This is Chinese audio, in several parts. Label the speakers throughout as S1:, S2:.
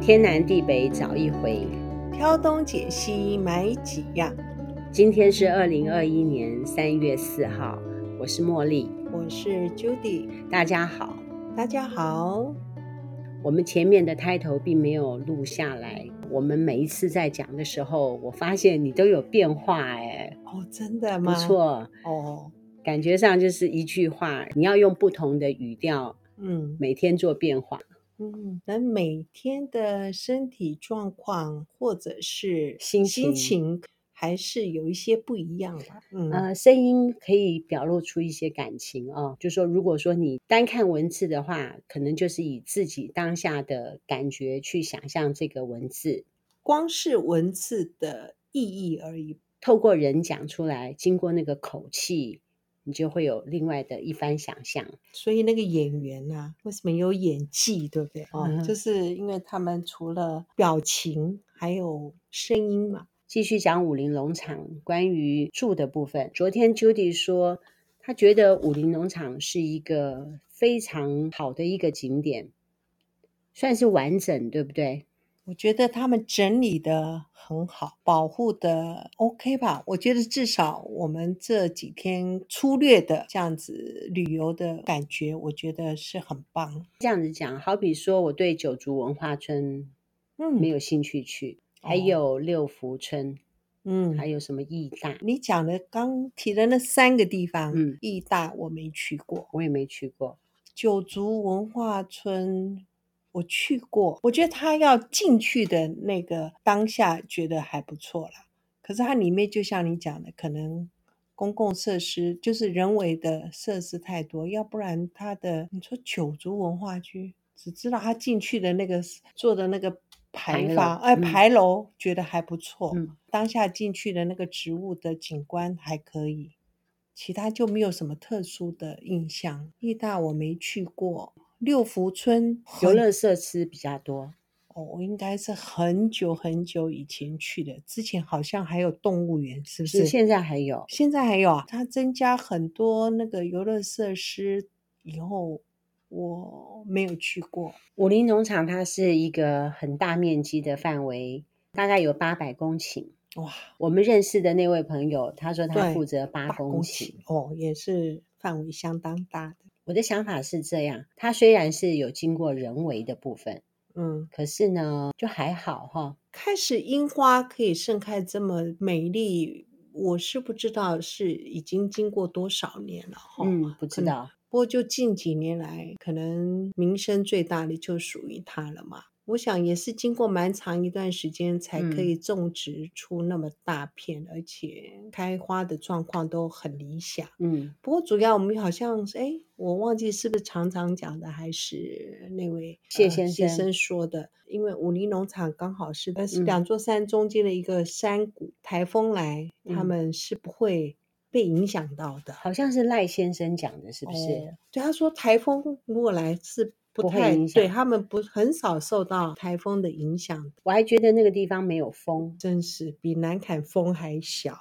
S1: 天南地北找一回。
S2: 挑东拣西买几样。
S1: 今天是二零二一年三月四号，我是茉莉，
S2: 我是 Judy，
S1: 大家好。
S2: 大家好。
S1: 我们前面的 title 并没有录下来，我们每一次在讲的时候，我发现你都有变化、哎，
S2: 哦，真的
S1: 不
S2: 吗？
S1: 错，
S2: 哦，
S1: 感觉上就是一句话，你要用不同的语调，
S2: 嗯
S1: 每天做变化。
S2: 嗯，那每天的身体状况或者是
S1: 心
S2: 心
S1: 情
S2: 情还是有一些不一样吧。嗯，
S1: 呃，声音可以表露出一些感情哦，就说如果说你单看文字的话，可能就是以自己当下的感觉去想象这个文字，
S2: 光是文字的意义而已。
S1: 透过人讲出来，经过那个口气，你就会有另外的一番想象。
S2: 所以那个演员呐、为什么有演技，对不对？哦，
S1: 嗯
S2: 就是因为他们除了表情，还有声音嘛。
S1: 继续讲武林农场关于住的部分。昨天 Judy 说，她觉得武林农场是一个非常好的一个景点，算是完整，对不对？
S2: 我觉得他们整理的很好，保护的 OK 吧？我觉得至少我们这几天粗略的这样子旅游的感觉，我觉得是很棒。
S1: 这样子讲，好比说我对九族文化村没
S2: 嗯
S1: 有兴趣去，还
S2: 哦
S1: 有六福村，还
S2: 嗯，
S1: 有什么义大，
S2: 你讲的刚提的那三个地方，
S1: 嗯，
S2: 义大我没去过，
S1: 我也没去过。
S2: 九族文化村我去过，我觉得它要进去的那个当下觉得还不错啦。可是它里面就像你讲的，可能公共设施就是人为的设施太多，要不然它的你说九族文化区，只知道它进去的那个做的那个
S1: 牌
S2: 牌
S1: 楼
S2: 坊，哎，
S1: 嗯
S2: 牌楼觉得还不错，
S1: 嗯
S2: 当下进去的那个植物的景观还可以，其他就没有什么特殊的印象。义大我没去过，六福村
S1: 游
S2: 很
S1: 乐设施比较多，
S2: 哦，我应该是很久很久以前去的，之前好像还有动物园，是不
S1: 是
S2: 是？
S1: 现在还有。
S2: 现在还有啊，它增加很多那个游乐设施以后，我没有去过。
S1: 武林农场它是一个很大面积的范围，大概有八百公顷。
S2: 哇，
S1: 我们认识的那位朋友，他说他
S2: 对
S1: 负责八
S2: 八
S1: 公
S2: 公
S1: 顷
S2: 顷。哦，也是范围相当大的。
S1: 我的想法是这样，它虽然是有经过人为的部分，
S2: 嗯，
S1: 可是呢，就还好哈。
S2: 开始樱花可以盛开这么美丽，我是不知道是已经经过多少年了哈。
S1: 嗯，不知
S2: 哦可能
S1: 道。
S2: 不过就近几年来，可能名声最大的就属于它了嘛。我想也是经过蛮长一段时间才可
S1: 嗯
S2: 以种植出那么大片，而且开花的状况都很理想。
S1: 嗯，
S2: 不过主要我们好像是，哎，我忘记是不是常常讲的，还是那位
S1: 谢
S2: 呃
S1: 先
S2: 先
S1: 生
S2: 生说的，因为武林农场刚好是呃
S1: 嗯
S2: 是两座山中间的一个山谷，台风来他
S1: 嗯
S2: 们是不会被影响到的，
S1: 好像是赖先生讲的，是不是？
S2: 哦？对，他说台风如果来是
S1: 不
S2: 不
S1: 会
S2: 太
S1: 影
S2: 对
S1: 响
S2: 他们不很少受到台风的影响，
S1: 我还觉得那个地方没有风，
S2: 真是比南坎风还小。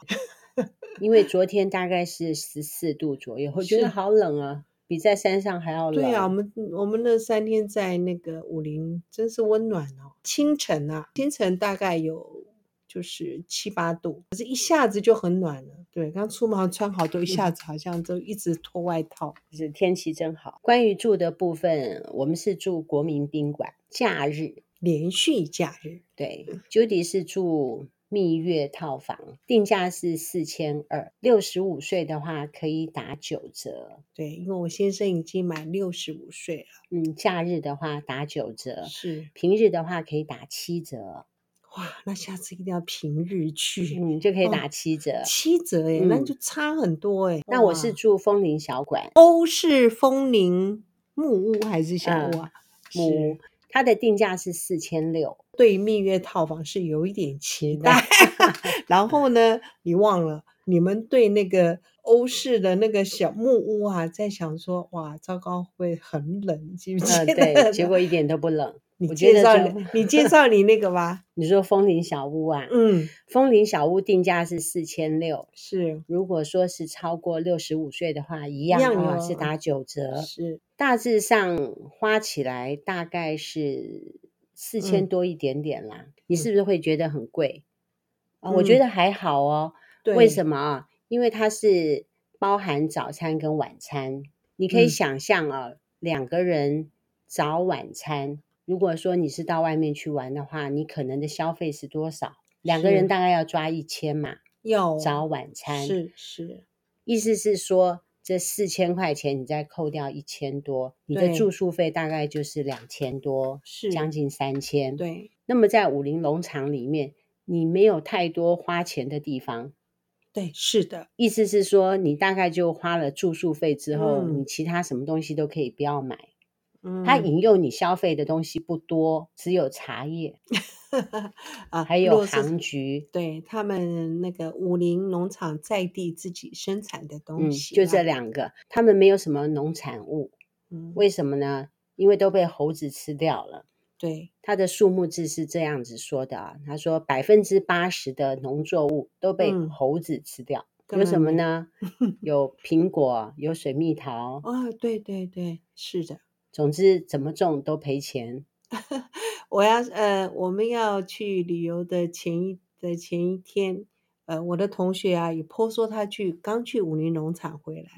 S1: 因为昨天大概是十四度左右，我觉得
S2: 是
S1: 好冷啊，比在山上还要冷。
S2: 对啊，我们我们那三天在那个武陵，真是温暖哦。清晨啊，清晨大概有就是七八度，可是一下子就很暖了。对，刚出门好像穿好多，一 下子好像都一直脱外套。
S1: 就是天气真好。关于住的部分，我们是住国民宾馆，假日
S2: 连续假日，
S1: 对，Judy
S2: 嗯
S1: 是住蜜月套房，定价是四千二，六十五岁的话可以打九折，
S2: 对，因为我先生已经满六十五岁
S1: 嗯，假日的话打九折
S2: 了，，是
S1: 平日的话可以打七折，
S2: 哇，那下次一定要平日去，
S1: 嗯，就可以
S2: 哦
S1: 打七折。
S2: 七折哎、那
S1: 嗯
S2: 就差很多哎、
S1: 那我是
S2: 哇
S1: 住枫林小馆，
S2: 欧式枫林木屋还是小
S1: 嗯
S2: 屋啊？
S1: 木
S2: 是
S1: 屋，它的定价是四千 六，
S2: 对蜜月套房是有一点期待。 然后呢，你忘了你们对那个欧式的那个小木屋啊，在想说哇，糟糕，会不会很冷？记不记
S1: 呃，
S2: 得？
S1: 对，结果一点都不冷。
S2: 你
S1: 我觉
S2: 介
S1: 得
S2: 绍
S1: 这
S2: 你，你介绍你那 个吧。
S1: 你说枫林小屋啊，
S2: 嗯，
S1: 枫林小屋定价是四千六，
S2: 是
S1: 如果说是超过六十五岁的话，一
S2: 样
S1: 样啊，
S2: 哟
S1: 是打九折。
S2: 是，
S1: 大致上花起来大概是四千
S2: 嗯
S1: 多一点点啦，你是不是会觉得很贵？啊、我
S2: 嗯
S1: 觉得还好哦。
S2: 对，
S1: 为什么啊？因为它是包含早餐跟晚餐，你可以
S2: 嗯
S1: 想象啊，两个人早晚餐，如果说你是到外面去玩的话，你可能的消费是多少？两个
S2: 是
S1: 人大概要抓一千嘛，
S2: 要
S1: 早晚餐。
S2: 是是，
S1: 意思是说，这四千块钱你再扣掉一千多，你的
S2: 对
S1: 住宿费大概就是两千多，
S2: 是
S1: 将近三千。
S2: 对，
S1: 那么在武林农场里面，你没有太多花钱的地方，
S2: 对，是的，
S1: 意思是说你大概就花了住宿费之后，
S2: 嗯
S1: 你其他什么东西都可以不要买。
S2: 嗯，
S1: 它引诱你消费的东西不多，只有茶叶，
S2: 啊，
S1: 还
S2: 如
S1: 有
S2: 果是
S1: 杭菊，
S2: 对他们那个武林农场在地自己生产的东
S1: 嗯，
S2: 西、
S1: 就这，两个，他们没有什么农产物，
S2: 嗯，
S1: 为什么呢？因为都被猴子吃掉了。
S2: 对，
S1: 他的数目字是这样子说的啊，他说百分之八十的农作物都被
S2: 嗯
S1: 猴子吃掉，
S2: 根
S1: 有
S2: 本
S1: 什么
S2: 没
S1: 呢？有苹果，有水蜜桃，
S2: 哦，对对对，是的。
S1: 总之怎么种都赔钱。
S2: 我要呃，我们要去旅游的前一的前一天，呃，我的同学啊也颇说他去刚去武林农场回来，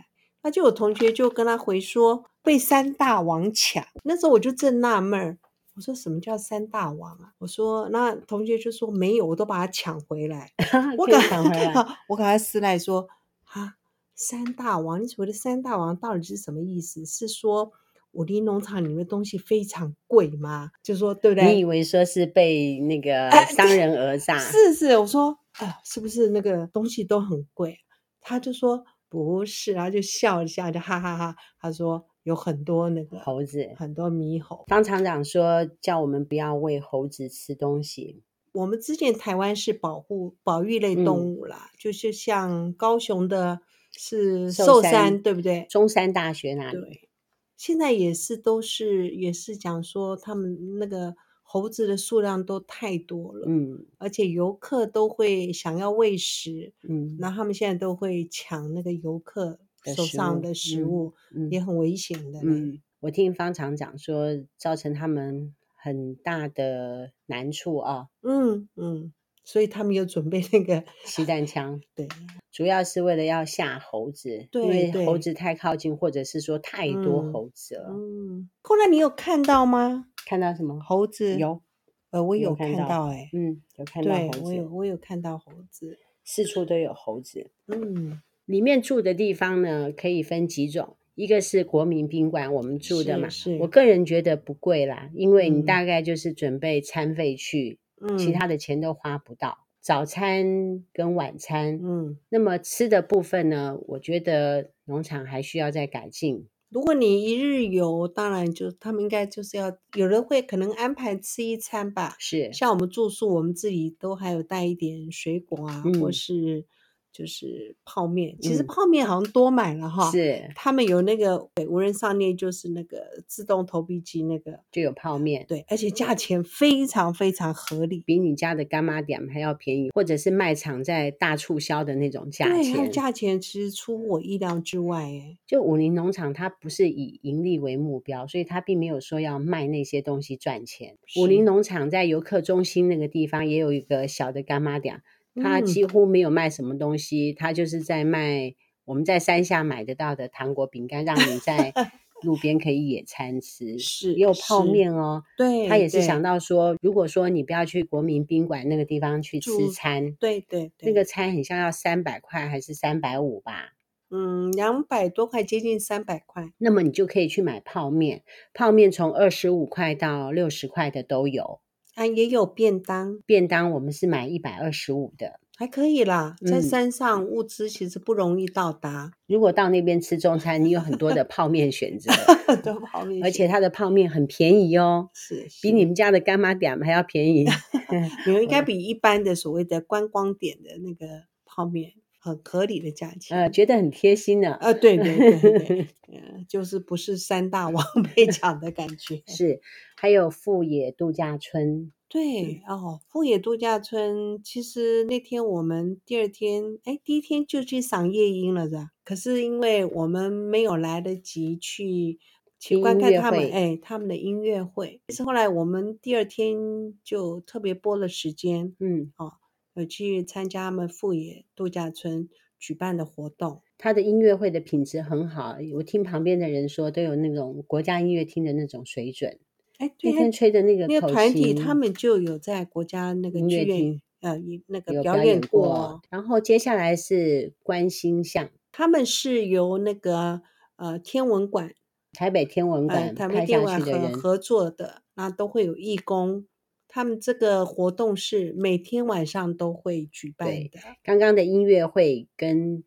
S2: 那就有同学就跟他回说被三大王抢，那时候我就正纳闷儿，我说什么叫三大王啊？我说那同学就说没有，我都把它抢回来，啊我
S1: 可以啊
S2: 赶
S1: 返回来，
S2: 我赶快私赖说啊，三大王，你所谓的三大王到底是什么意思？是说武林农场里面的东西非常贵吗？就说对不对？
S1: 你以为啊说是被那个
S2: 哎
S1: 商人讹诈？
S2: 是是，我说哎呀，是不是那个东西都很贵？他就说不是，然后就笑一下，就哈哈哈他说有很多那个
S1: 猴子。
S2: 很多猕猴。
S1: 方厂长说，叫我们不要喂猴子吃东西。
S2: 我们之前台湾是保护保育类动
S1: 嗯
S2: 物啦，就是像高雄的是
S1: 寿
S2: 寿
S1: 山
S2: 山，对不对？
S1: 中山大学那里，
S2: 对，现在也是都是也是讲说他们那个猴子的数量都太多了，
S1: 嗯
S2: 而且游客都会想要喂食，
S1: 嗯
S2: 然后他们现在都会抢那个游客
S1: 的
S2: 手
S1: 食物
S2: 上的食
S1: 嗯
S2: 物，
S1: 嗯
S2: 也很危险的。，
S1: 嗯，我听方厂长说，造成他们很大的难处啊，
S2: 嗯嗯，所以他们有准备 那个，
S1: 吸弹枪。
S2: 对，
S1: 主要是为了要吓猴子，
S2: 对
S1: 因为猴
S2: 对
S1: 子太靠近，或者是说太多
S2: 嗯
S1: 猴子了。
S2: 嗯，后来你有看到吗？
S1: 看到什么？
S2: 猴子，
S1: 有，
S2: 呃，我
S1: 你有
S2: 有
S1: 看
S2: 看
S1: 到
S2: 到、欸，
S1: 嗯，有看到
S2: 对
S1: 猴
S2: 我有
S1: 子，
S2: 我有看到猴子，
S1: 四处都有猴子。
S2: 嗯，
S1: 里面住的地方呢，可以分几种，一个是国民宾馆，我们住的嘛，
S2: 是是
S1: 我个人觉得不贵啦，因为你
S2: 嗯
S1: 大概就是准备餐费去，其
S2: 嗯
S1: 他的钱都花不到。早餐跟晚餐，
S2: 嗯。
S1: 那么吃的部分呢，我觉得农场还需要再改进。
S2: 如果你一日游，当然就他们应该就是要有人会可能安排吃一餐吧。
S1: 是，
S2: 像我们住宿，我们自己都还有带一点水果啊，或
S1: 嗯
S2: 是就是泡面。其实
S1: 嗯
S2: 泡面好像多买了哈。
S1: 是
S2: 他们有那个对无人商店，就是那个自动投币机那个，
S1: 就有泡面，
S2: 对，而且价钱非常非常合理。
S1: 比你家的干妈点还要便宜，或者是卖场在大促销的那种价
S2: 对，它的
S1: 钱。
S2: 价钱其实出乎我意料之外，哎，
S1: 就武林农场，它不是以盈利为目标，所以它并没有说要卖那些东西赚钱。武
S2: 是
S1: 林农场在游客中心那个地方也有一个小的干妈店，它
S2: 嗯
S1: 几乎没有卖什么东西，它就是在卖我们在山下买得到的糖果、饼干，让你 在路边可以野餐吃，
S2: 是
S1: 也有泡
S2: 是
S1: 面哦。
S2: 对，
S1: 他也是
S2: 对
S1: 想，到说，如果说你不要去国民宾馆那个地方去吃
S2: 住
S1: 餐，
S2: 对对对，
S1: 那个餐很像要三百块还是三百五吧，
S2: 嗯，两百多块，接近三百块。
S1: 那么你就可以去买泡面，泡面从二十五块到六十块的都有。
S2: 啊，也有便当，
S1: 便当我们是买一百二十五的，
S2: 还可以啦。在
S1: 嗯
S2: 山上物资其实不容易到达，
S1: 如果到那边吃中餐，你有很多的泡面选择，
S2: 都泡面
S1: 而且
S2: 线
S1: 它的泡面很便宜哦，
S2: 是嗯
S1: 比你们家的干妈点还要便宜。
S2: 你们应该比一般的所谓的观光点的那个泡面很合理的价钱。
S1: 呃，觉得很贴心 呢、
S2: 啊，对对对 对，呃，就是不是三大 王被抢的感 觉。
S1: 是，还有富野度假村，嗯
S2: 对哦，富野度假村，其实那天我们第二天，哎，第一天就去赏夜莺了的，可是因为我们没有来得及去去观看
S1: 音乐
S2: 他们
S1: 会
S2: 哎他们的音乐会。是后来我们第二天就特别拨了时间，
S1: 嗯，
S2: 有去参加他们富野度假村举办的活动。
S1: 他的音乐会的品质很好，我听旁边的人说都有那种国家音乐厅的那种水准。
S2: 哎，
S1: 那
S2: 对，
S1: 天吹的那个
S2: 那
S1: 口
S2: 个团体
S1: 琴
S2: 他们就有在国家那个
S1: 音乐
S2: 剧院
S1: 厅
S2: 呃一那个
S1: 有
S2: 表
S1: 表演
S2: 过
S1: 过
S2: 哦，，
S1: 然后接下来是观星巷，
S2: 他们是由那个呃天文馆
S1: 台北天文
S2: 呃
S1: 馆
S2: 台北
S1: 派
S2: 电
S1: 下
S2: 玩
S1: 去的
S2: 合
S1: 人，
S2: 合作的，那都会有义工。他们这个活动是每天晚上都会举办
S1: 对
S2: 的，
S1: 刚刚的音乐会跟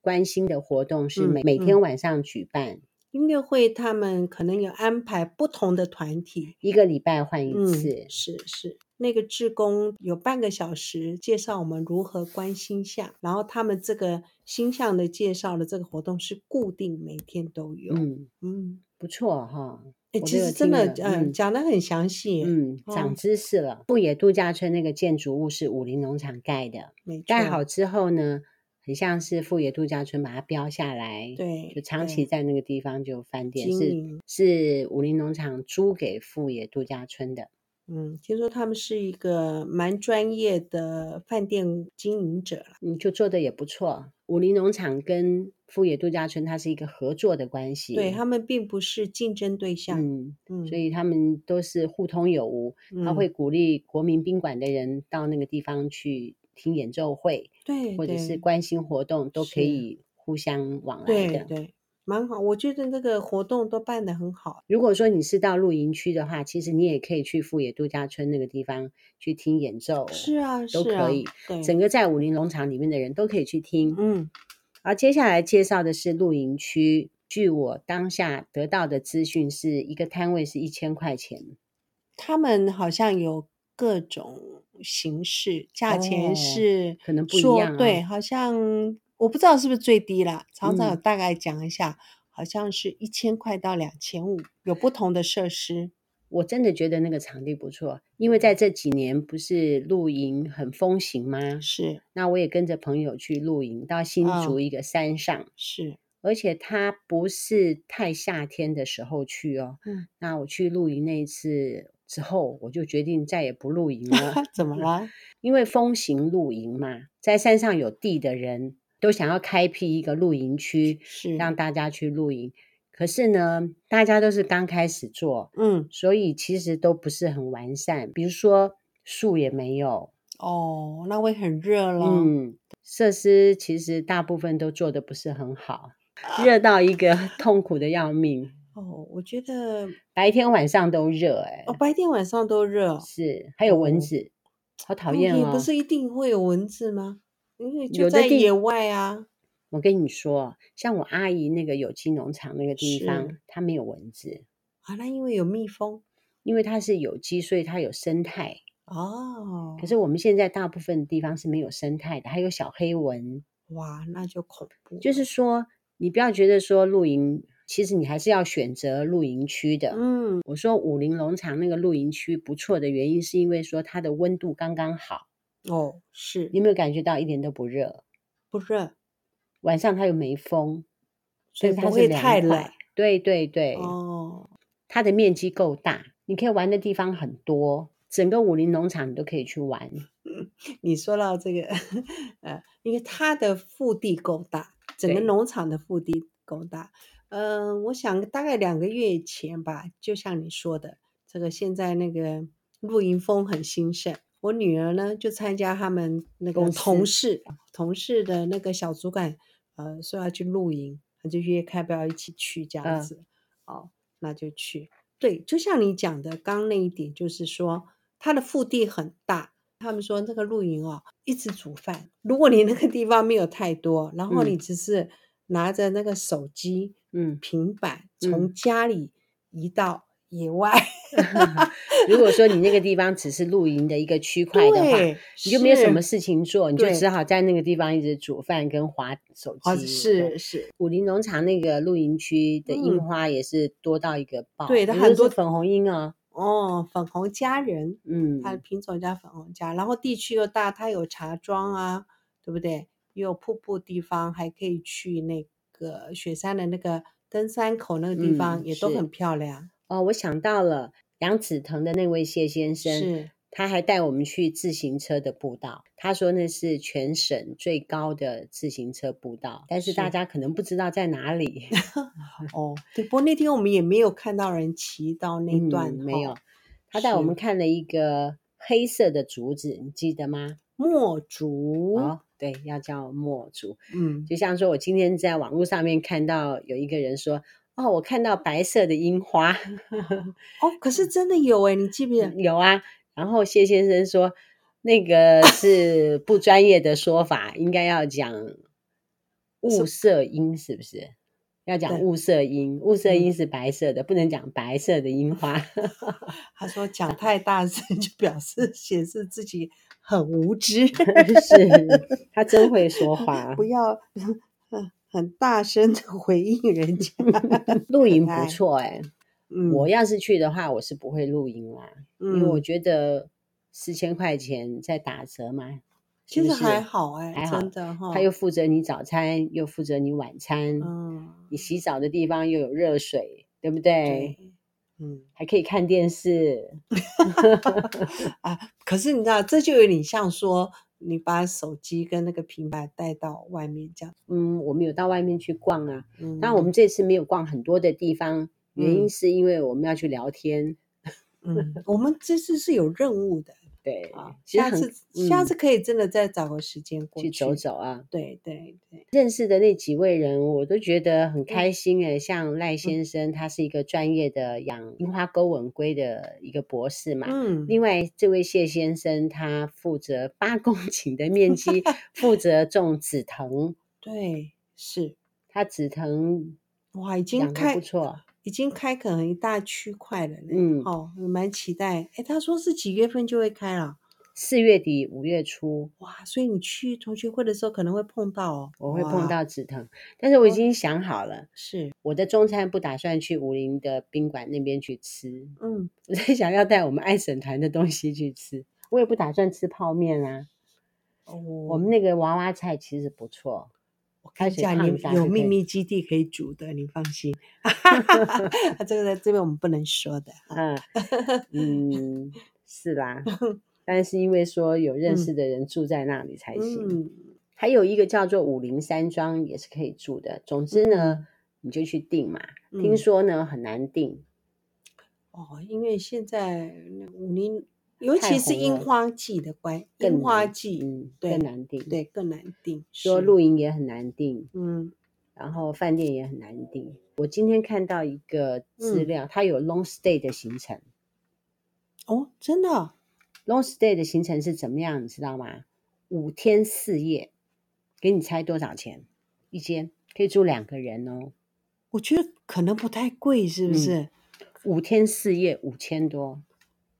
S1: 关心的活动是
S2: 嗯
S1: 每、每
S2: 嗯
S1: 天晚上举办，
S2: 音乐会他们可能有安排不同的团体，
S1: 一个礼拜换一次。
S2: 嗯，是是，那个志工有半个小时介绍我们如何观星象，然后他们这个星象的介绍的这个活动是固定每天都有。
S1: 嗯，
S2: 嗯，
S1: 不错哈，
S2: 哎、
S1: 我
S2: 其
S1: 都有
S2: 实真
S1: 听
S2: 的
S1: 了，
S2: 呃
S1: 嗯
S2: 讲的很详细。，
S1: 嗯，
S2: 哦
S1: 长知识了。富野度假村那个建筑物是武林农场盖的，
S2: 没错。
S1: 盖好之后呢，很像是富野度假村把它标下来，
S2: 对，
S1: 就长
S2: 对
S1: 期在那个地方就饭店
S2: 经
S1: 是
S2: 营
S1: 是武林农场租给富野度假村的，
S2: 嗯，听说他们是一个蛮专业的饭店经营者了。
S1: 嗯，就做的也不错。武林农场跟富野度假村它是一个合作的关系，
S2: 对他们并不是竞争对象，
S1: 嗯，
S2: 嗯，
S1: 所以他们都是互通有无，他
S2: 嗯
S1: 会鼓励国民宾馆的人到那个地方去听演奏会，
S2: 对
S1: 或者
S2: 对
S1: 是关心活动，都可
S2: 是
S1: 以互相往来
S2: 对
S1: 的。
S2: 对，蛮好。我觉得那个活动都办得很好。
S1: 如果说你是到露营区的话，其实你也可以去富野度假村那个地方去听演奏，
S2: 是啊，
S1: 都
S2: 是
S1: 可
S2: 啊
S1: 以
S2: 对，
S1: 整个在武林农场里面的人都可以去听。
S2: 嗯
S1: 而接下来介绍的是露营区，据我当下得到的资讯是一个摊位是一千块钱，，
S2: 他们好像有各种形式，价钱
S1: 哦
S2: 是、
S1: 可能不一样啊
S2: 对，好像我不知道是不是最低啦，常常有
S1: 嗯
S2: 大概讲一下，好像是一千块到两千五，有不同的设施。
S1: 我真的觉得那个场地不错，因为在这几年不是露营很风行吗？
S2: 是
S1: 那我也跟着朋友去露营，到新
S2: 啊
S1: 竹一个山上，
S2: 是，
S1: 而且它不是太夏天的时候去哦。
S2: 嗯，
S1: 那我去露营那一次之后，我就决定再也不露营了
S2: 。怎么？啦？
S1: 因为风行露营嘛，在山上有地的人都想要开辟一个露营区，
S2: 是
S1: 让大家去露营。可是呢，大家都是刚开始做，
S2: 嗯
S1: 所以其实都不是很完善。比如说树也没有，
S2: 哦，那会很热了。
S1: 嗯，设施其实大部分都做的不是很好，热到一个 痛苦的要命，
S2: 哦，我觉得
S1: 白天晚上都热、欸，
S2: 哦，白天晚上都热，
S1: 是还有
S2: 哦
S1: 蚊子，好讨厌
S2: 也
S1: 哦。
S2: 不是一定会有蚊子吗？因为
S1: 有
S2: 就
S1: 的
S2: 在
S1: 地
S2: 野外啊。
S1: 我跟你说，像我阿姨那个有机农场那个地
S2: 是
S1: 方，它没有蚊子，
S2: 啊，那因为有蜜蜂
S1: 因为它是有机，所以它有生态。
S2: 哦，
S1: 可是我们现在大部分地方是没有生态的，还有小黑蚊。
S2: 哇，那就恐怖，
S1: 就是说，你不要觉得说露营，其实你还是要选择露营区的。
S2: 嗯
S1: 我说武林农场那个露营区不错的原因，是因为说它的温度刚刚好，
S2: 哦是
S1: 你有没有感觉到一点都不热？
S2: 不热，
S1: 晚上它又没风，
S2: 所以
S1: 但是
S2: 不
S1: 它
S2: 会
S1: 是
S2: 太
S1: 凉快
S2: 冷
S1: 对对对，
S2: 哦，
S1: 它的面积够大，你可以玩的地方很多，整个武林农场你都可以去玩。
S2: 你说到这个呃，因为它的腹地够大，整个
S1: 对
S2: 农场的腹地够大。嗯、我想大概两个月前吧，就像你说的，这个现在那个露营风很兴盛。我女儿呢，就参加他们那个
S1: 公司
S2: 同事同事的那个小主管，呃，说要去露营，她就约开不要一起去这样
S1: 嗯
S2: 子。哦，那就去。对，就像你讲的刚刚那一点，就是说它的腹地很大，他们说那个露营哦，一直煮饭。如果你那个地方没有太多，然后你只是拿着那个手机、
S1: 嗯，
S2: 平板
S1: 嗯
S2: 从家里移到野外，
S1: 如果说你那个地方只是露营的一个区块的话，
S2: 对，
S1: 你就没有什
S2: 是
S1: 么事情做，你就
S2: 对
S1: 只好在那个地方一直煮饭跟划手
S2: 哦，
S1: 机。对
S2: 是是，
S1: 武林农场那个露营区的樱
S2: 嗯
S1: 花也是多到一个爆，
S2: 对它
S1: 有
S2: 很
S1: 的是
S2: 多
S1: 粉红樱啊，
S2: 哦，粉红佳人，
S1: 嗯，
S2: 它的品种叫粉红家，然后地区又大，它有茶庄啊，对不对？也有瀑布地方，还可以去那个雪山的那个登山口那个地方
S1: 嗯
S2: 也都
S1: 是
S2: 很漂亮。
S1: 哦，我想到了杨紫藤的那位谢先生，
S2: 是
S1: 他还带我们去自行车的步道，他说那是全省最高的自行车步道，但是大
S2: 是
S1: 家可能不知道在哪里。
S2: 哦，对。不过那天我们也没有看到人骑到那
S1: 嗯
S2: 段、
S1: 没有，，他带我们看了一个黑色的竹子，你记得吗？
S2: 墨竹，
S1: 哦，对，要叫墨竹。
S2: 嗯，
S1: 就像说我今天在网络上面看到有一个人说，哦，我看到白色的樱花，
S2: 哦，可是真的有哎、你记不记得？
S1: 有啊。然后谢先生说，那个是不专业的说法，应该要 讲物色樱，是不是？要讲
S2: 对
S1: 物色樱，物色樱
S2: 嗯
S1: 是白色的，不能讲白色的樱 花。
S2: 他说讲太大声， 就表示显示自己很无 知，
S1: 是，他真会说话。啊
S2: 不要 很很大声的回应人家。
S1: 露营不
S2: 爱
S1: 错哎、
S2: 嗯，
S1: 我要是去的话，我是不会露营啦，因为我
S2: 嗯
S1: 觉得四千块钱在打折嘛，
S2: 其
S1: 是
S2: 实
S1: 不
S2: 还
S1: 是
S2: 好哎、
S1: 还好
S2: 真的哈、
S1: 他又负责你早餐，又负责你晚餐，
S2: 嗯，
S1: 你洗澡的地方又有热水，对不对？
S2: 对，嗯
S1: 还可以看电视，
S2: 啊，可是你知道，这就有点像说你把手机跟那个平板带到外面这样。
S1: 嗯，我们有到外面去逛啊。
S2: 嗯，
S1: 但我们这次没有逛很多的地方，原因
S2: 嗯
S1: 是因为我们要去聊天。
S2: 嗯，我们这次是有任务的
S1: 对
S2: 啊，，
S1: 其实
S2: 下
S1: 很
S2: 次、下
S1: 嗯
S2: 次可以真的再找个时间过
S1: 去走。走啊。
S2: 对对对，
S1: 认识的那几位人，我都觉得
S2: 嗯
S1: 很开心诶、像赖先生，他是一个专业的养樱花钩吻龟的一个博士嘛。
S2: 嗯，
S1: 另外，这位谢先生，他负责八公 顷的面积，负责种紫藤。
S2: 对，是
S1: 他紫藤
S2: 哇，已经
S1: 养的
S2: 开
S1: 不错，
S2: 已经开垦了一大区块了呢。
S1: 嗯
S2: 哦，我蛮期待。哎，他说是几月份就会开了，
S1: 四月底五月初
S2: 哇，所以你去同学会的时候可能会碰到哦。
S1: 我会
S2: 哇哦
S1: 碰，到紫藤，但是我已经想好了，
S2: 是，
S1: 我的中餐不打算去武林的宾馆那边去吃，
S2: 嗯，
S1: 我在想要带我们爱省团的东西去吃，我也不打算吃泡面啊。我
S2: 我
S1: 们那个娃娃菜其实不错，
S2: 哦我看一
S1: 水
S2: 下，
S1: 烫
S2: 你
S1: 一下
S2: 有
S1: 就可
S2: 秘
S1: 以
S2: 密基地可以煮的，你放 心。这个在这边我们不能说的。
S1: 嗯 嗯，是啦，但是因为说有认
S2: 嗯
S1: 识的人住在那里才行。
S2: 嗯，
S1: 还有一个叫做五零山庄也是可以住的，总之呢，你就去订嘛。听
S2: 嗯
S1: 说呢很难订，
S2: 哦，因为现在那武林，尤
S1: 太
S2: 其是
S1: 红
S2: 樱
S1: 了
S2: 花季的关，樱
S1: 更
S2: 花
S1: 难
S2: 季，
S1: 嗯，
S2: 对
S1: 更难订。，
S2: 对，更难定。
S1: 说
S2: 是，
S1: 露营也很难订，
S2: 嗯
S1: 然后饭店也很难订。我今天看到一个资
S2: 嗯
S1: 料，它有 long stay 的行程。
S2: 哦，真的哦
S1: long stay 的行程是怎么样，你知道吗？五天四夜，给你猜多少钱一间？可以住两个人哦，
S2: 我觉得可能不太贵，是不
S1: 嗯
S2: 是？
S1: 五天四夜五千多，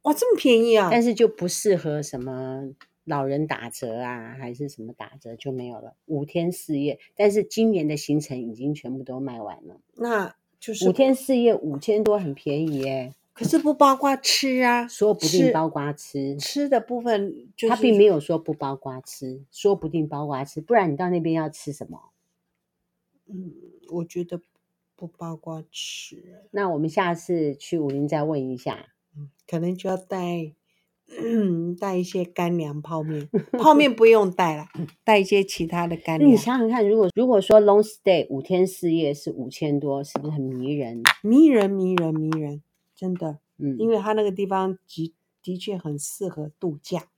S2: 哇，这么便宜啊！
S1: 但是就不适合什么老人打折啊，还是什么打折就没有了。五天四夜，但是今年的行程已经全部都卖完了，
S2: 那就是
S1: 五，天四夜五千多很便宜耶，
S2: 可是不包括吃啊，
S1: 说不定
S2: 吃
S1: 包括吃。
S2: 吃的部分就是
S1: 他并没有说不包括吃，说不定包括吃，不然你到那边要吃什么？
S2: 嗯，我觉得不包括吃，
S1: 那我们下次去武林再问一下。
S2: 嗯，可能就要带。嗯，带一些干粮 泡面，泡面不用带了，带一些其他的干
S1: 那你
S2: 粮。
S1: 想想看，如果如果说 long stay 五天四夜是五千多，是不是很迷人？
S2: 迷人，迷人，迷人，真的，
S1: 嗯，
S2: 因为他那个地方的的确很适合度假，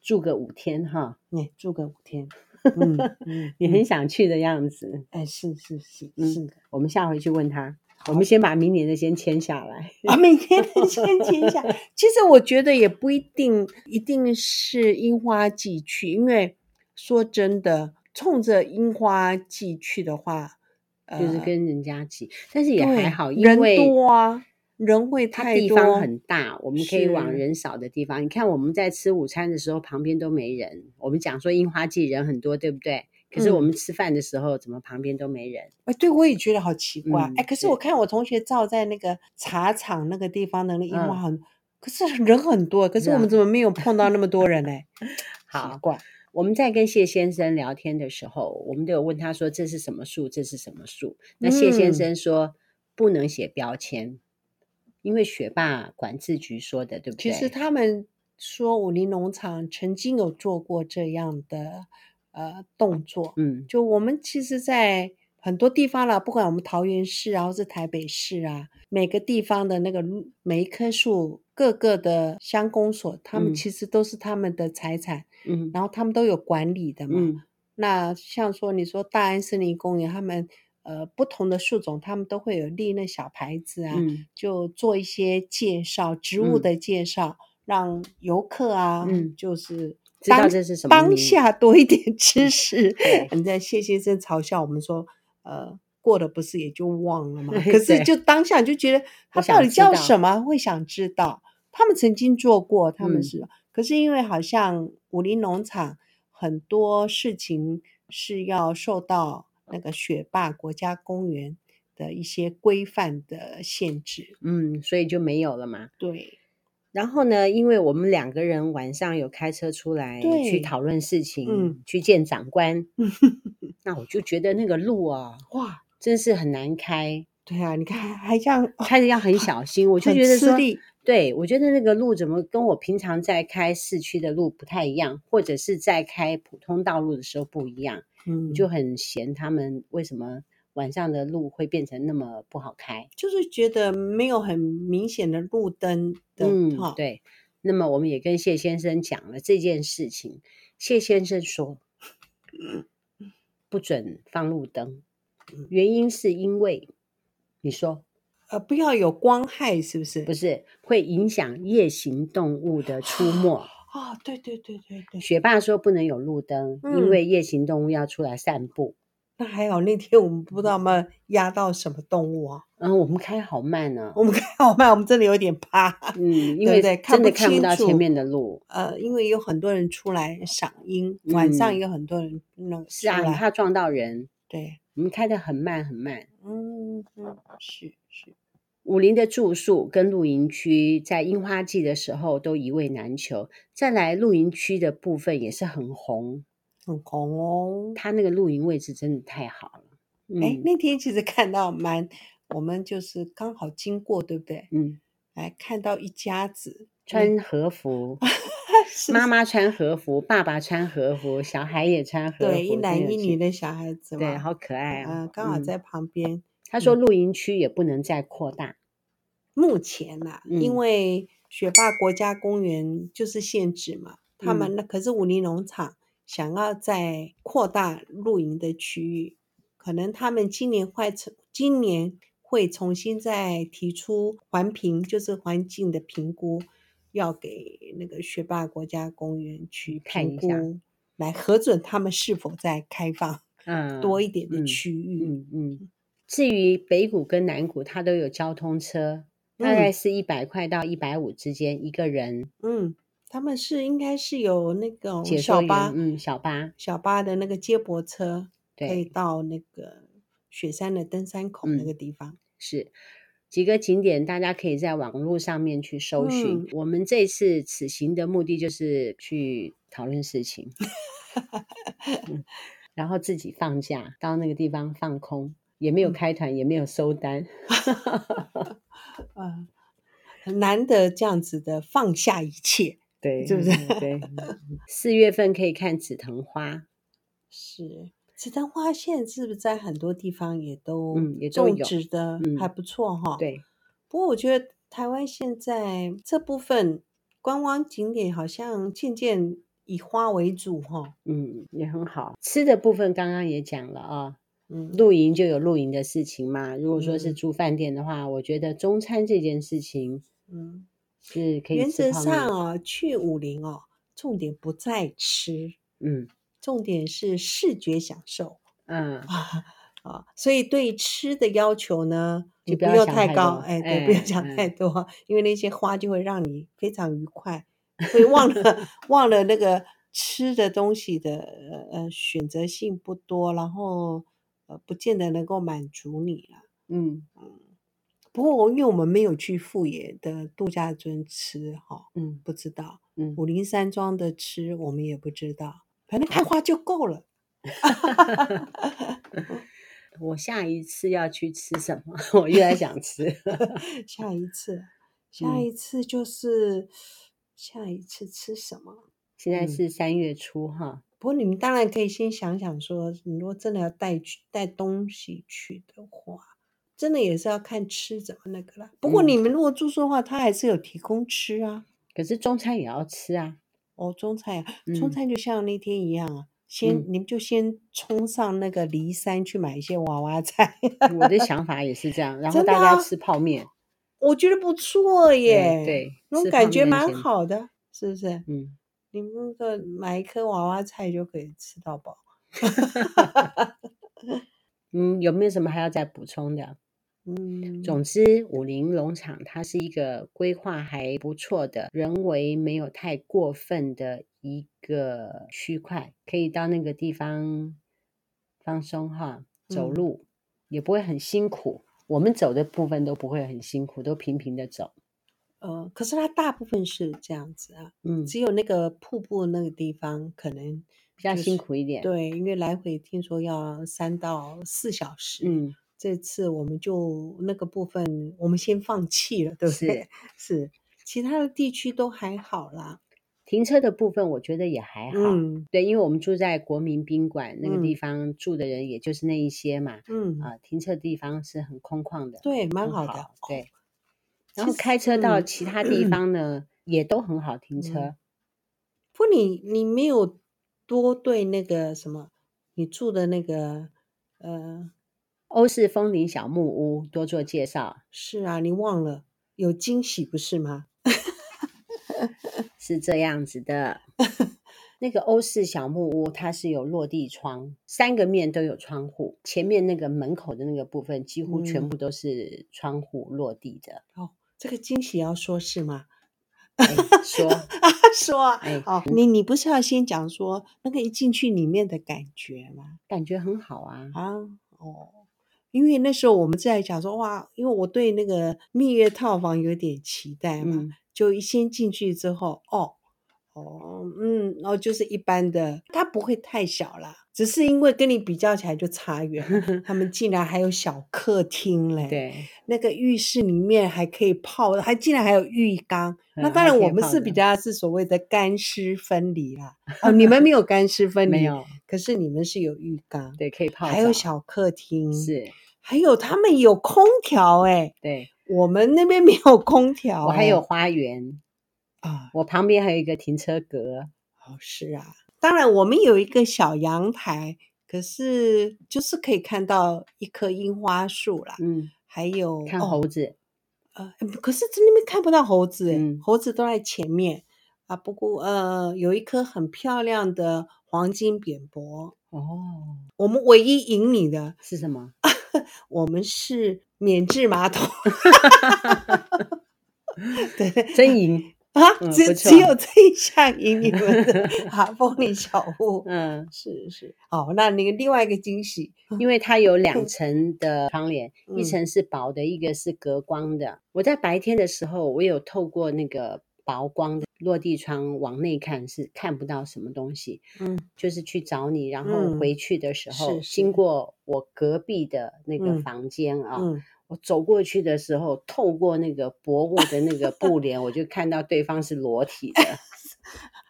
S1: 住个五天哈，
S2: 你、住个五 天。嗯，嗯
S1: 你很
S2: 嗯
S1: 想去的样子。
S2: 哎，是是是
S1: 嗯
S2: 是的。
S1: 我们下回去问他。我们先把明年的先签下来。
S2: 啊，每天都先签 下。其实我觉得也不一定，一定是樱花季去，因为说真的，冲着樱花季去的话，呃，
S1: 就是跟人家挤，但是也
S2: 对
S1: 还好，因
S2: 人
S1: 为
S2: 多啊，人会
S1: 它
S2: 太
S1: 地
S2: 多，
S1: 方很大，我们可以往
S2: 是
S1: 人少的地方。你看我们在吃午餐的时候，旁边都没人。我们讲说樱花季人很多，对不对？可是我
S2: 嗯
S1: 们吃饭的时候，怎么旁边都没人？
S2: 哎，对我也觉得好奇怪。哎、
S1: 嗯
S2: 可
S1: 是
S2: 是我看我同学照在那个茶厂那个地方的那樱
S1: 嗯
S2: 花很，可是人很多，可是我
S1: 是啊
S2: 们怎么没有碰到那么多人呢？奇
S1: 好
S2: 怪，
S1: 我们在跟谢先生聊天的时候，我们都有问他说这是什么树，这是什么树。那谢
S2: 嗯
S1: 先生说不能写标签，因为学霸管制局说的，对不对？
S2: 其实他们说武林农场曾经有做过这样的呃动作，
S1: 嗯
S2: 就我们其实，在很多地方啦，不管我们桃园市啊，或是台北市啊，每个地方的那个路每一棵树，各个的乡公所，他们
S1: 嗯
S2: 其实都是他们的财产，
S1: 嗯
S2: 然后他们都有管理的嘛。
S1: 嗯
S2: 那像说你说大安森林公园，他们呃不同的树种，他们都会有立那小牌子啊，
S1: 嗯
S2: 就做一些介绍，植物
S1: 嗯
S2: 的介绍，让游客啊，
S1: 嗯
S2: 就是
S1: 知道
S2: 当
S1: 这是什么名
S2: 当下多一点知识
S1: 对。
S2: 你在谢先生嘲笑我们说，呃，过了不是也就忘 了嘛？可
S1: 对
S2: 是就当下你就觉得它
S1: 想
S2: 到底
S1: 知
S2: 叫
S1: 道
S2: 什么，会想知道。他们曾经做过，他
S1: 嗯
S2: 们是，可是因为好像武林农场很多事情是要受到那个雪霸国家公园的一些规范的限制。
S1: 嗯，所以就没有了嘛。
S2: 对，
S1: 然后呢，因为我们两个人晚上有开车出来去
S2: 对
S1: 讨论事情，
S2: 嗯
S1: 去见长 官，那我就觉得那个路啊，哇，真是很难开，
S2: 对啊，你看还这样，哦
S1: 开的要很小心。我就
S2: 很
S1: 觉得
S2: 吃
S1: 说，
S2: 力
S1: 对我觉得那个路怎么跟我平常在开市区的路不太一样，或者是在开普通道路的时候不一样，
S2: 嗯，
S1: 我就很嫌他们为什么晚上的路会变成那么不好开。
S2: 就是觉得没有很明显的路灯的
S1: 嗯
S2: 哈，，
S1: 对。那么我们也跟谢先生讲了这件事情，谢先生说不准放路灯，
S2: 嗯
S1: 原因是因为你说
S2: 呃，不要有光害，是不是？
S1: 不是会影响夜行动物的出 没。
S2: 哦，对对对对对，
S1: 学霸说不能有路灯，因
S2: 嗯
S1: 为夜行动物要出来散步。
S2: 那还好，那天我们不知道我们压到什么动物啊，
S1: 嗯，我们开好慢 呢、
S2: 我们看好慢，我们真的有点怕。
S1: 嗯，因
S2: 对
S1: 为
S2: 对
S1: 真
S2: 看
S1: 的
S2: 不
S1: 看不
S2: 清
S1: 到前
S2: 楚
S1: 面的路，
S2: 呃，因为有很多人出来赏樱，晚上
S1: 嗯
S2: 也有很多人那个
S1: 是啊，
S2: 出
S1: 很
S2: 来
S1: 怕撞到人。
S2: 对，
S1: 我们开得很慢很慢，
S2: 嗯嗯，是是，
S1: 武林的住宿跟露营区在樱花季的时候都一位难求，再来露营区的部分也是很红，
S2: 很红哦。
S1: 它那个露营位置真的太好了。嗯、
S2: 哎、那天其实看到蛮，我们就是刚好经过，对不对？
S1: 嗯，
S2: 哎，看到一 家子
S1: 穿和 服，
S2: 是
S1: 妈妈穿和服，爸爸穿和服，小孩也穿和服，
S2: 对一男
S1: 真有
S2: 一
S1: 趣
S2: 女，的小孩子嘛，
S1: 对，好可爱啊、
S2: 呃，刚好
S1: 嗯
S2: 在嗯旁边。
S1: 他说露营区也不能再扩大，
S2: 目前呐、
S1: 嗯
S2: 因为雪霸国家公园就是限制嘛，他
S1: 嗯
S2: 们那可是武林农场想要在扩大露营的区域，可能他们今年会重今年会重新再提出环评，就是环境的评估，要给那个雪霸国家公园去
S1: 看
S2: 评
S1: 一下
S2: 估，来核准他们是否再开放
S1: 嗯，
S2: 多一点的
S1: 嗯
S2: 区域。
S1: 嗯嗯。至于北谷跟南谷，它都有交通车，大概
S2: 嗯
S1: 是一百块到一百五之间一个人。
S2: 嗯，他们是应该是有那种
S1: 解
S2: 哦小
S1: 说员
S2: 巴，
S1: 嗯，小巴，
S2: 小巴的那个接驳车，可
S1: 对，
S2: 以到那个雪山的登山口那
S1: 嗯
S2: 个地方。
S1: 是几个景点，大家可以在网络上面去搜寻。
S2: 嗯
S1: 我们这次此行的目的就是去讨论事情， 嗯然后自己放假到那个地方放空，也没有
S2: 嗯
S1: 开团，也没有收 单。
S2: 嗯，很难得这样子的放下一切，
S1: 对，
S2: 是不是
S1: 嗯对，四月份可以看紫藤花，
S2: 是。紫藤花现在是不是在很多地方也都
S1: 嗯也都
S2: 种
S1: 有
S2: 植的
S1: 嗯
S2: 还不错哈、，
S1: 对，
S2: 不过我觉得台湾现在这部分观光景点好像渐渐以花为主哈、
S1: 嗯，也很好。吃的部分刚刚也讲了啊，
S2: 嗯，
S1: 露营就有露营的事情嘛。如果说是
S2: 嗯
S1: 住饭店的话，我觉得中餐这件事情
S2: 嗯，
S1: 是可以
S2: 原
S1: 吃
S2: 则
S1: 泡
S2: 上
S1: 面
S2: 啊、去武林哦，重点不在吃，
S1: 嗯
S2: 重点是视觉享受
S1: 嗯，
S2: 啊啊，所以对吃的要求呢，
S1: 就
S2: 你
S1: 不
S2: 不
S1: 要
S2: 用
S1: 想
S2: 太
S1: 太
S2: 高，
S1: 多
S2: 哎，对，不
S1: 哎
S2: 要想太
S1: 哎
S2: 多，因为那些花就会让你非常愉快，会忘了忘了那个吃的东西的呃呃选择性不多，然后呃不见得能够满足你了。
S1: 嗯
S2: 不过我因为我们没有去富野的度假村吃哈、
S1: 嗯
S2: 不知道
S1: 嗯，
S2: 武陵山庄的吃我们也不知道。反正开花就够了。
S1: 我下一次要去吃什么？ 我越来想吃。
S2: 下一次，下
S1: 嗯
S2: 一次就是、下一次吃什么？
S1: 现在
S2: 嗯
S1: 是三月初哈，
S2: 不过你们当然可以先想想说，你如果真的要带去带东西去的话，真的也是要看吃怎么那个啦。不过
S1: 嗯
S2: 你们如果住宿的话，它还是有提供吃啊。
S1: 可是中餐也要吃啊。
S2: 哦，中菜啊，
S1: 嗯
S2: 中菜就像那天一样啊，先、
S1: 嗯
S2: 你们就先冲上那个骊山去买一些娃娃菜，
S1: 我的想法也是这样，然后
S2: 真的
S1: 大家
S2: 啊
S1: 吃泡面，
S2: 我觉得不错耶，
S1: 哎对，对，
S2: 那种
S1: 吃
S2: 感
S1: 泡
S2: 觉
S1: 面
S2: 蛮
S1: 先。
S2: 好的，是不是？
S1: 嗯，
S2: 你们那个买一颗娃娃菜就可以吃到饱。
S1: 嗯，有没有什么还要再补充的？
S2: 嗯，
S1: 总之，武林农场它是一个规划还不错的，人为没有太过分的一个区块，可以到那个地方放松哈，走
S2: 嗯
S1: 路、也不会很辛苦。我们走的部分都不会很辛苦，都平平的走。
S2: 呃，可是它大部分是这样子啊，
S1: 嗯，
S2: 只有那个瀑布那个地方可能
S1: 比较
S2: 就
S1: 辛
S2: 是
S1: 苦一点。，
S2: 对，因为来回听说要三到四小时。，
S1: 嗯，
S2: 这次我们就那个部分我们先放弃了，对不对？ 是，其他的地区都还好啦。
S1: 停车的部分我觉得也还好。
S2: 嗯
S1: 对，因为我们住在国民宾馆那个地
S2: 嗯
S1: 方，住的人也就是那一些嘛，
S2: 嗯，
S1: 啊、停车的地方是很空旷的。
S2: 对，蛮
S1: 很
S2: 好
S1: 好
S2: 的。哦
S1: 对，
S2: 其
S1: 然后
S2: 实
S1: 开车到
S2: 嗯
S1: 其他地方呢，也都很好停车。
S2: 不，你你没有多对那个什么，你住的那个呃，
S1: 欧式风铃小木屋多做介绍，
S2: 是啊，你忘了有惊喜不是吗？
S1: 是这样子的。 那个欧式小木屋，它是有落地窗，三个面都有窗户。前面那个门口的那个部分，几乎全
S2: 嗯
S1: 部都是窗户落地的。
S2: 哦，这个惊喜要说是吗？
S1: 哎 说，
S2: 啊， 说啊
S1: 哎
S2: 哦，你你不是要先讲说那个一进去里面的感觉吗？
S1: 感觉很好啊。
S2: 啊，哦，因为那时候我们在讲说哇，因为我对那个蜜月套房有点期待嘛，
S1: 嗯，
S2: 就一先进去之后，哦，哦，嗯，然后就是一般的，它不会太小啦，只是因为跟你比较起来就差远了。 他们竟然还有小客厅嘞，，
S1: 对，
S2: 那个浴室里面还可以泡，还竟然还有浴缸。那
S1: 嗯
S2: 当
S1: 还
S2: 然，
S1: 可以
S2: 我们
S1: 泡
S2: 是比
S1: 的
S2: 较是所谓的干湿分离 啦。哦，你们没有干湿分离，
S1: 没，有
S2: 可是你们是有浴 缸，
S1: 对，可以泡澡。
S2: 还有小客厅，，
S1: 是，
S2: 还有他们有空调哎、
S1: 对
S2: 我们那边没有空调、
S1: 我还有花园，
S2: 啊，
S1: 我旁边还有一个停车格。
S2: 哦，是啊，当然我们有一个小阳台，可是就是可以看到一棵樱花树啦，
S1: 嗯，
S2: 还有
S1: 看
S2: 哦
S1: 猴子。
S2: 呃，可是在那边看不到猴子诶、
S1: 嗯
S2: 猴子都在前面啊。不过呃，有一棵很漂亮的黄金扁柏，
S1: 哦，
S2: 我们唯一赢你的，
S1: 是什么？
S2: 我们是免治马桶。对
S1: 真赢。
S2: 啊，
S1: 嗯不
S2: 只
S1: 错
S2: 只有这一项赢你们的 啊，风铃小屋。
S1: 嗯，
S2: 是是，好，那那个另外一个惊喜，
S1: 因为它有 两层的窗帘，一
S2: 嗯
S1: 层是薄的，一个是隔光的。我在白天的时候，我有透过那个薄光的落地窗往内看，是看不到什么东西。
S2: 嗯，
S1: 就是去找你，然后
S2: 嗯
S1: 回去的时候，
S2: 是
S1: 经
S2: 是
S1: 过我隔壁的那个
S2: 嗯
S1: 房间啊，
S2: 嗯，
S1: 我走过去的时候，透过那个薄雾的那个布帘，我就看到对方是裸体的，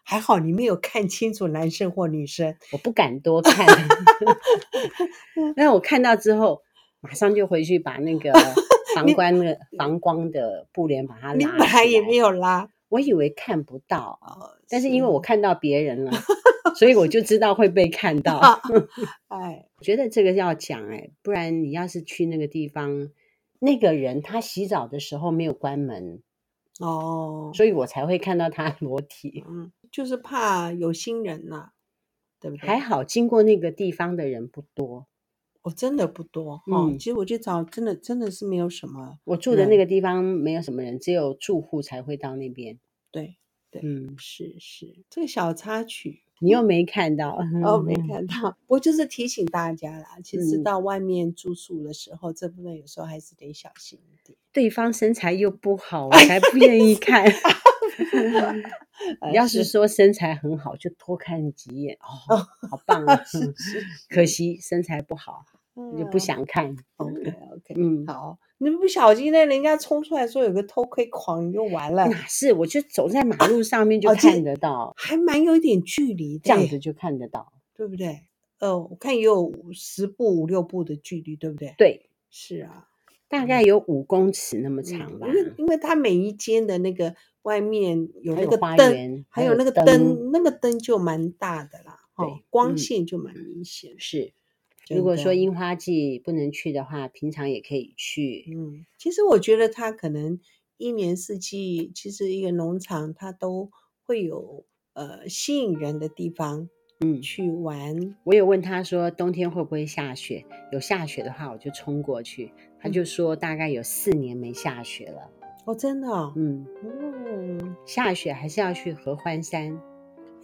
S2: 还好你没有看清楚男生或女生，
S1: 我不敢多看。 但我看到之后，马上就回去把那 个防光的防光的布帘把它拉
S2: 你本来
S1: 起
S2: 也没
S1: 来，
S2: 有拉，
S1: 我以为看不到，
S2: 哦，
S1: 但是因为我看到别人了， 所以我就知道会被看到。
S2: 哎，
S1: 我觉得这个要讲哎、不然你要是去那个地方，那个人他洗澡的时候没有关门，
S2: 哦，
S1: 所以我才会看到他裸体。
S2: 嗯，就是怕有心人呐、对不对？
S1: 还好经过那个地方的人不多，
S2: 我哦真的不多哈、
S1: 嗯
S2: 其实我去找，真的真的是没有什么，
S1: 我住的那
S2: 人
S1: 个地方没有什么人，只有住户才会到那边。
S2: 对，对
S1: 嗯，
S2: 是是，这个小插曲
S1: 你又没看到，
S2: 哦，没看到，我就是提醒大家啦，其实
S1: 嗯
S2: 到外面住宿的时候，这部 分有时候还是得小心一点。
S1: 哎对方身材又不好，我才不愿意看。
S2: 呃
S1: 要哎是说身材很好，就多看几眼哦，好棒 啊！
S2: 是是
S1: 可惜身材不好，你就不
S2: 嗯
S1: 想看。
S2: OK OK，
S1: 嗯，
S2: 好，你不小心呢，人家冲出来说有个偷窥狂，你就完 了，
S1: 哪是？我就走在马路上面就
S2: 哦这
S1: 看得到，
S2: 还蛮有一点距离的
S1: 这样
S2: 耶
S1: 子，就看得到。
S2: 对不对？呃，我看也有五十步五六步的距离，对不对？
S1: 对，
S2: 是啊，
S1: 大概有五公尺那么
S2: 嗯
S1: 长吧
S2: 因。为因为它每一间的那个外面有
S1: 还
S2: 那
S1: 有
S2: 个
S1: 花
S2: 灯，
S1: 园，
S2: 还有那个
S1: 灯，
S2: 灯，那个灯就蛮大的啦，哦
S1: 对，
S2: 光
S1: 嗯
S2: 线就蛮明显。
S1: 是。
S2: 真
S1: 如果说
S2: 的
S1: 樱花季不能去的话，平常也可以去。
S2: 嗯，其实我觉得它可能一年四季，其实一个农场它都会有呃吸引人的地方
S1: 嗯，
S2: 去玩。
S1: 我有问他说冬天会不会下雪，有下雪的话我就冲过去。
S2: 嗯
S1: 他就说大概有四年没下雪了。
S2: 哦，真的、哦，
S1: 嗯，
S2: 嗯，
S1: 下雪还是要去合欢山。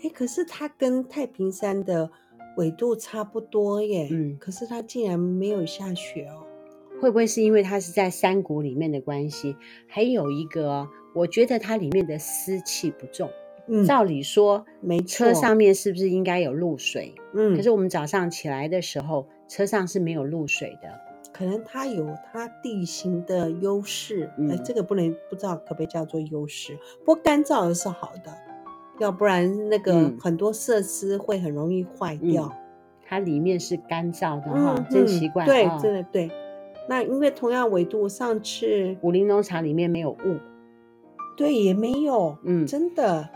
S2: 哎，可是它跟太平山的纬度差不多耶，
S1: 嗯
S2: 可是它竟然没有下雪哦。
S1: 会不会是因为它是在山谷里面的关系？还有一个哦，我觉得它里面的湿气不重。
S2: 嗯，
S1: 照理说，
S2: 没
S1: 车
S2: 错
S1: 上面是不是应该有露水？
S2: 嗯，
S1: 可是我们早上起来的时候，车上是没有露水的。
S2: 可能它有它地形的优势，呃，
S1: 嗯
S2: 这个不能不知道可不可以叫做优势。不过干燥的是好的，要不然那个
S1: 嗯
S2: 很多设施会很容易坏掉。
S1: 它里面是干燥的啊哈、
S2: 嗯，
S1: 真
S2: 嗯
S1: 奇怪
S2: 对，
S1: 啊、
S2: 真的对。那因为同样纬度，上次
S1: 武林农场里面没有雾，
S2: 对也没有，
S1: 嗯，
S2: 真的，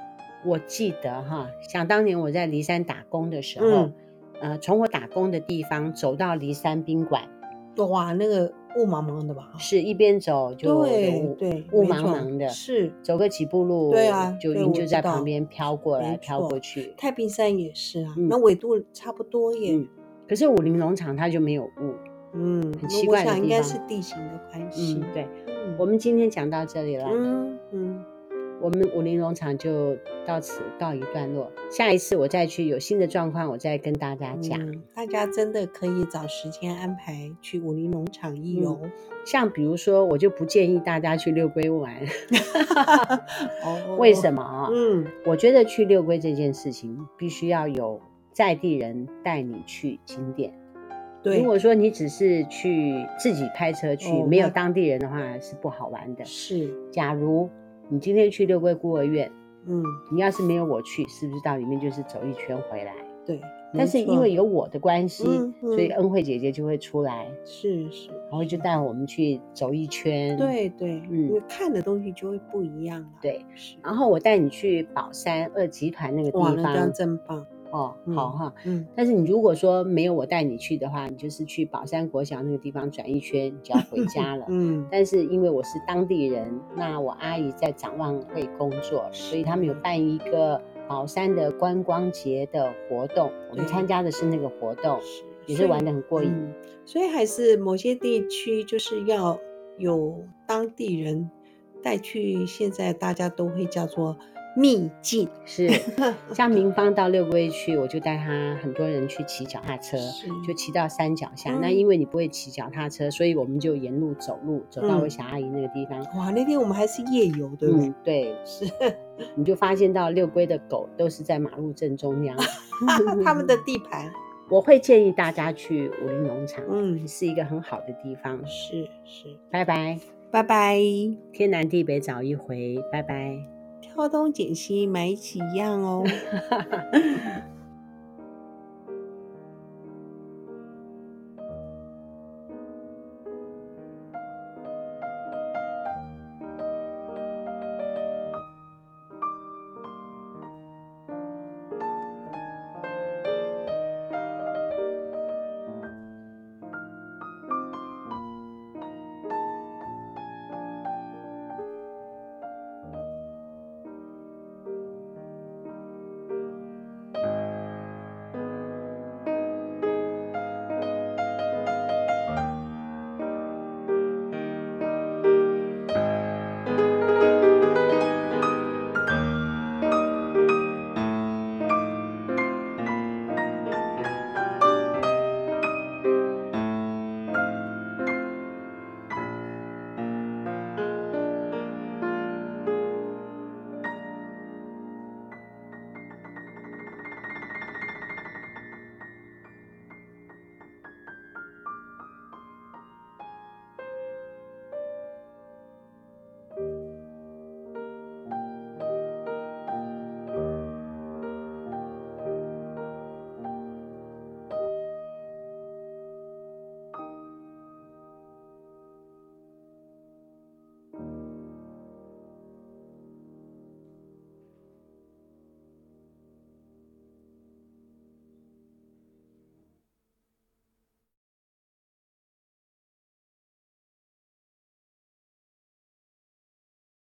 S1: 我记得哈，想当年我在骊山打工的时候，
S2: 嗯
S1: 呃，从我打工的地方走到骊山宾馆，
S2: 哇，那个雾茫茫的吧？
S1: 是一边走就有
S2: 哦对
S1: 雾
S2: 对，
S1: 雾
S2: 没
S1: 茫
S2: 错
S1: 茫的，
S2: 是
S1: 走个几步路，
S2: 对啊
S1: 就
S2: 对
S1: 云
S2: 我
S1: 就
S2: 知
S1: 在
S2: 道
S1: 旁边飘过来
S2: 没
S1: 飘
S2: 错
S1: 过去。
S2: 太平山也是啊，
S1: 嗯
S2: 那纬度差不多耶。
S1: 嗯可是武林农场它就没有雾，
S2: 嗯，
S1: 很奇
S2: 那
S1: 怪
S2: 我
S1: 的
S2: 想应
S1: 地
S2: 该
S1: 方
S2: 是地形的关系。
S1: 嗯，对。
S2: 嗯
S1: 我们今天讲到这里了，
S2: 嗯嗯，
S1: 我们武林农场就到此告一段落。下一次我再去有新的状况，我再跟大家讲。
S2: 嗯大家真的可以找时间安排去武林农场一游。
S1: 像比如说，我就不建议大家去六龟玩，
S2: 哦
S1: 嗯为什？么啊？
S2: 嗯
S1: 我觉得去六龟这件事情，必须要有在地人带你去景点。
S2: 对，
S1: 如果说你只是去自己开车去，
S2: 哦
S1: 没有
S2: 那
S1: 当地人的话是不好玩的。
S2: 是
S1: 假如你今天去六龟孤儿院，
S2: 嗯
S1: 你要是没有我去，是不是到里面就是走一圈回来？
S2: 对，
S1: 但
S2: 没
S1: 是因
S2: 错
S1: 为有我的关系，
S2: 嗯
S1: 所以
S2: 嗯
S1: 恩惠姐姐就会出来，
S2: 是是，
S1: 然后就带我们去走一圈。
S2: 对对，
S1: 嗯
S2: 因为看的东西就会不一样了。
S1: 对
S2: 是，
S1: 然后我带你去宝山二集团那个地
S2: 哇，那这
S1: 方
S2: 样真棒。
S1: 哦，
S2: 嗯
S1: 好哈。
S2: 嗯，。
S1: 但是你如果说没有我带你去的话，你就是去宝山国小那个地方转一圈，你就要回家了
S2: 嗯，
S1: 但是因为我是当地人，那我阿姨在展望会工作，所以他们有办一个宝山的观光节的活动，我们
S2: 对
S1: 参加的是那个活动，
S2: 是
S1: 也
S2: 所
S1: 是
S2: 以
S1: 玩得很过瘾。
S2: 嗯，所以还是某些地区就是要有当地人带去，现在大家都会叫做秘境。
S1: 是，像明芳到六龟去，我就带他很多人去骑脚踏车
S2: 是，
S1: 就骑到山脚下。那
S2: 嗯
S1: 因为你不会骑脚踏车，所以我们就沿路走路，走到
S2: 嗯
S1: 我小阿姨那个地方。
S2: 哇，那天我们还是夜游，对不对？。
S1: 嗯，对，是，你就发现到六龟的狗都是在马路正中央
S2: 他们的，地盘，
S1: 我会建议大家去武林农场，
S2: 嗯，
S1: 是一个很好的地方。
S2: 是是，
S1: 拜拜，
S2: 拜拜。
S1: 天南地北找一回，拜拜。
S2: 挑东拣西，买几样哦。